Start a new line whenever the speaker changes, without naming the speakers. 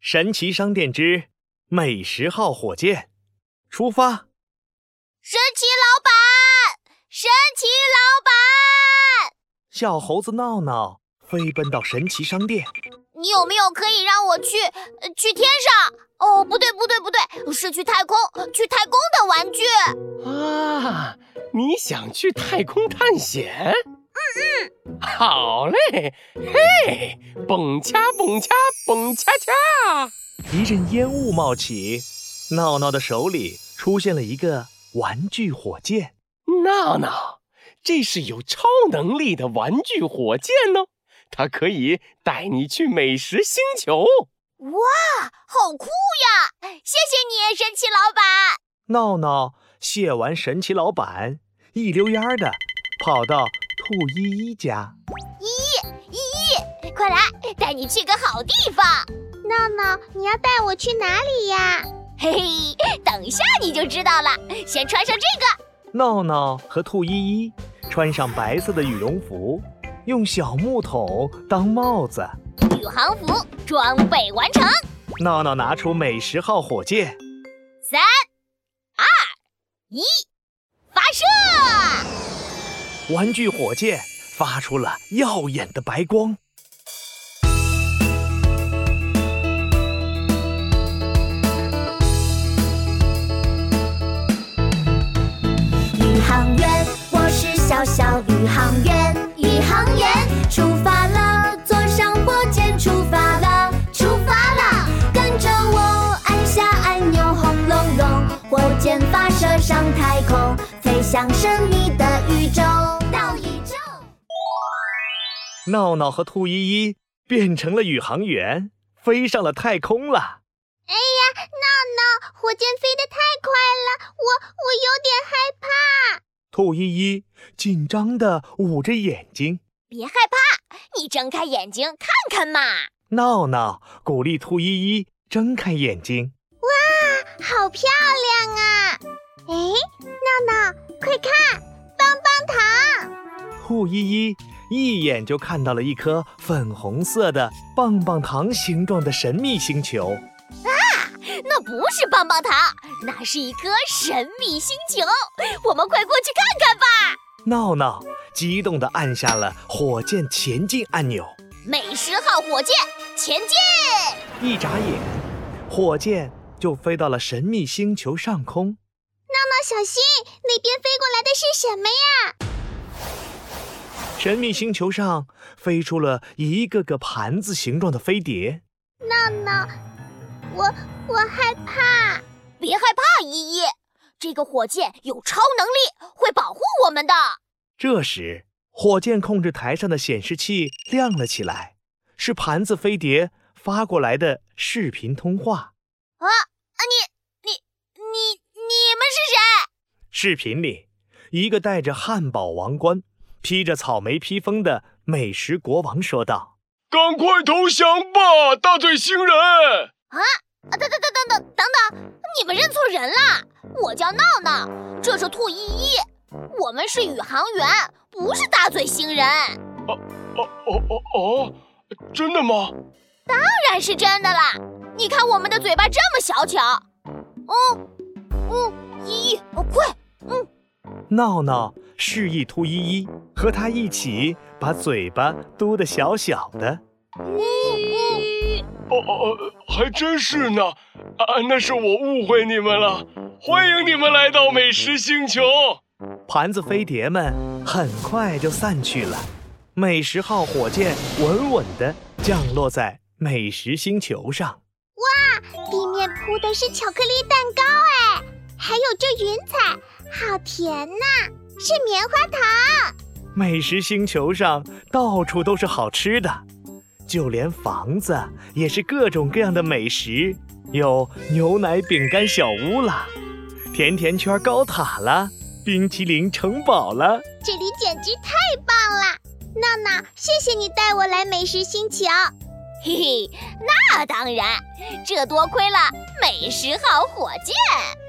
神奇商店之美食号火箭，出发！
神奇老板，神奇老板，
小猴子闹闹飞奔到神奇商店，
你有没有可以让我去呃去天上？哦，不对，不对，不对，是去太空，去太空的玩具。
啊，你想去太空探险？嗯嗯，好嘞，嘿，蹦恰蹦恰蹦恰恰，
一阵烟雾冒起，闹闹的手里出现了一个玩具火箭。
闹闹，这是有超能力的玩具火箭哦，它可以带你去美食星球。
哇，好酷呀！谢谢你，神奇老板。
闹闹谢完神奇老板，一溜烟儿的跑到兔依依家。
依依，快来，带你去个好地方。
闹闹，你要带我去哪里呀？
嘿嘿，等一下你就知道了。先穿上这个，
闹闹和兔依依穿上白色的羽绒服，用小木桶当帽子。
宇航服装备完成。
闹闹拿出美食号火箭，
三、二、一，发射！
玩具火箭发出了耀眼的白光。
宇航员，我是小小宇航员，宇航员，出发了，坐上火箭出发了，出发了，跟着我按下按钮，轰隆隆，火箭发射上太空，飞向神秘的宇宙，到宇宙。
闹闹和兔依依变成了宇航员，飞上了太空了。
闹闹，火箭飞得太快了，我我有点害怕。
兔依依紧张地捂着眼睛。
别害怕，你睁开眼睛看看嘛。
闹闹鼓励兔依依睁开眼睛。
好漂亮啊！哎，闹闹，快看，棒棒糖！
兔依依一眼就看到了一颗粉红色的棒棒糖形状的神秘星球。
那不是棒棒糖，那是一颗神秘星球。我们快过去看看吧。
闹闹激动地按下了火箭前进按钮。
美食号火箭前进！
哎
一眨眼，火箭就飞到了神秘星球上空。
闹闹，小心，那边飞过来的是什么呀？
神秘星球上飞出了一个个盘子形状的飞碟。
闹闹，我我害怕。
别害怕，依依，这个火箭有超能力，会保护我们的。
这时，火箭控制台上的显示器亮了起来，是盘子飞碟发过来的视频通话。
啊啊！你你你你们是谁？
视频里，一个戴着汉堡王冠、披着草莓披风的美食国王说道
赶快投降吧，大嘴星人！
啊，等等等等等等等，你们认错人啦！我叫闹闹，这是兔依依，我们是宇航员，不是大嘴星人，当
哦哦哦哦，真的吗？
然是真的啦！你看我们的嘴巴这么小巧，嗯嗯，依依，哦快！：“
闹闹，示意兔依依和他一起把嘴巴嘟得小小的。
嗯
哦哦哦，还真是呢！啊，那是我误会你们了。欢迎你们来到美食星球。”
盘子飞碟们很快就散去了。美食号火箭稳稳地降落在美食星球上。
地面铺的是巧克力蛋糕，哎，还有这云彩，好甜呐、是棉花糖。
美食星球上到处都是好吃的，就连房子也是各种各样的美食，有牛奶饼干小屋啦，甜甜圈高塔啦，冰淇淋城堡啦。
这里简直太棒了！闹闹，谢谢你带我来美食星球。
嘿嘿，那当然，这多亏了美食号火箭。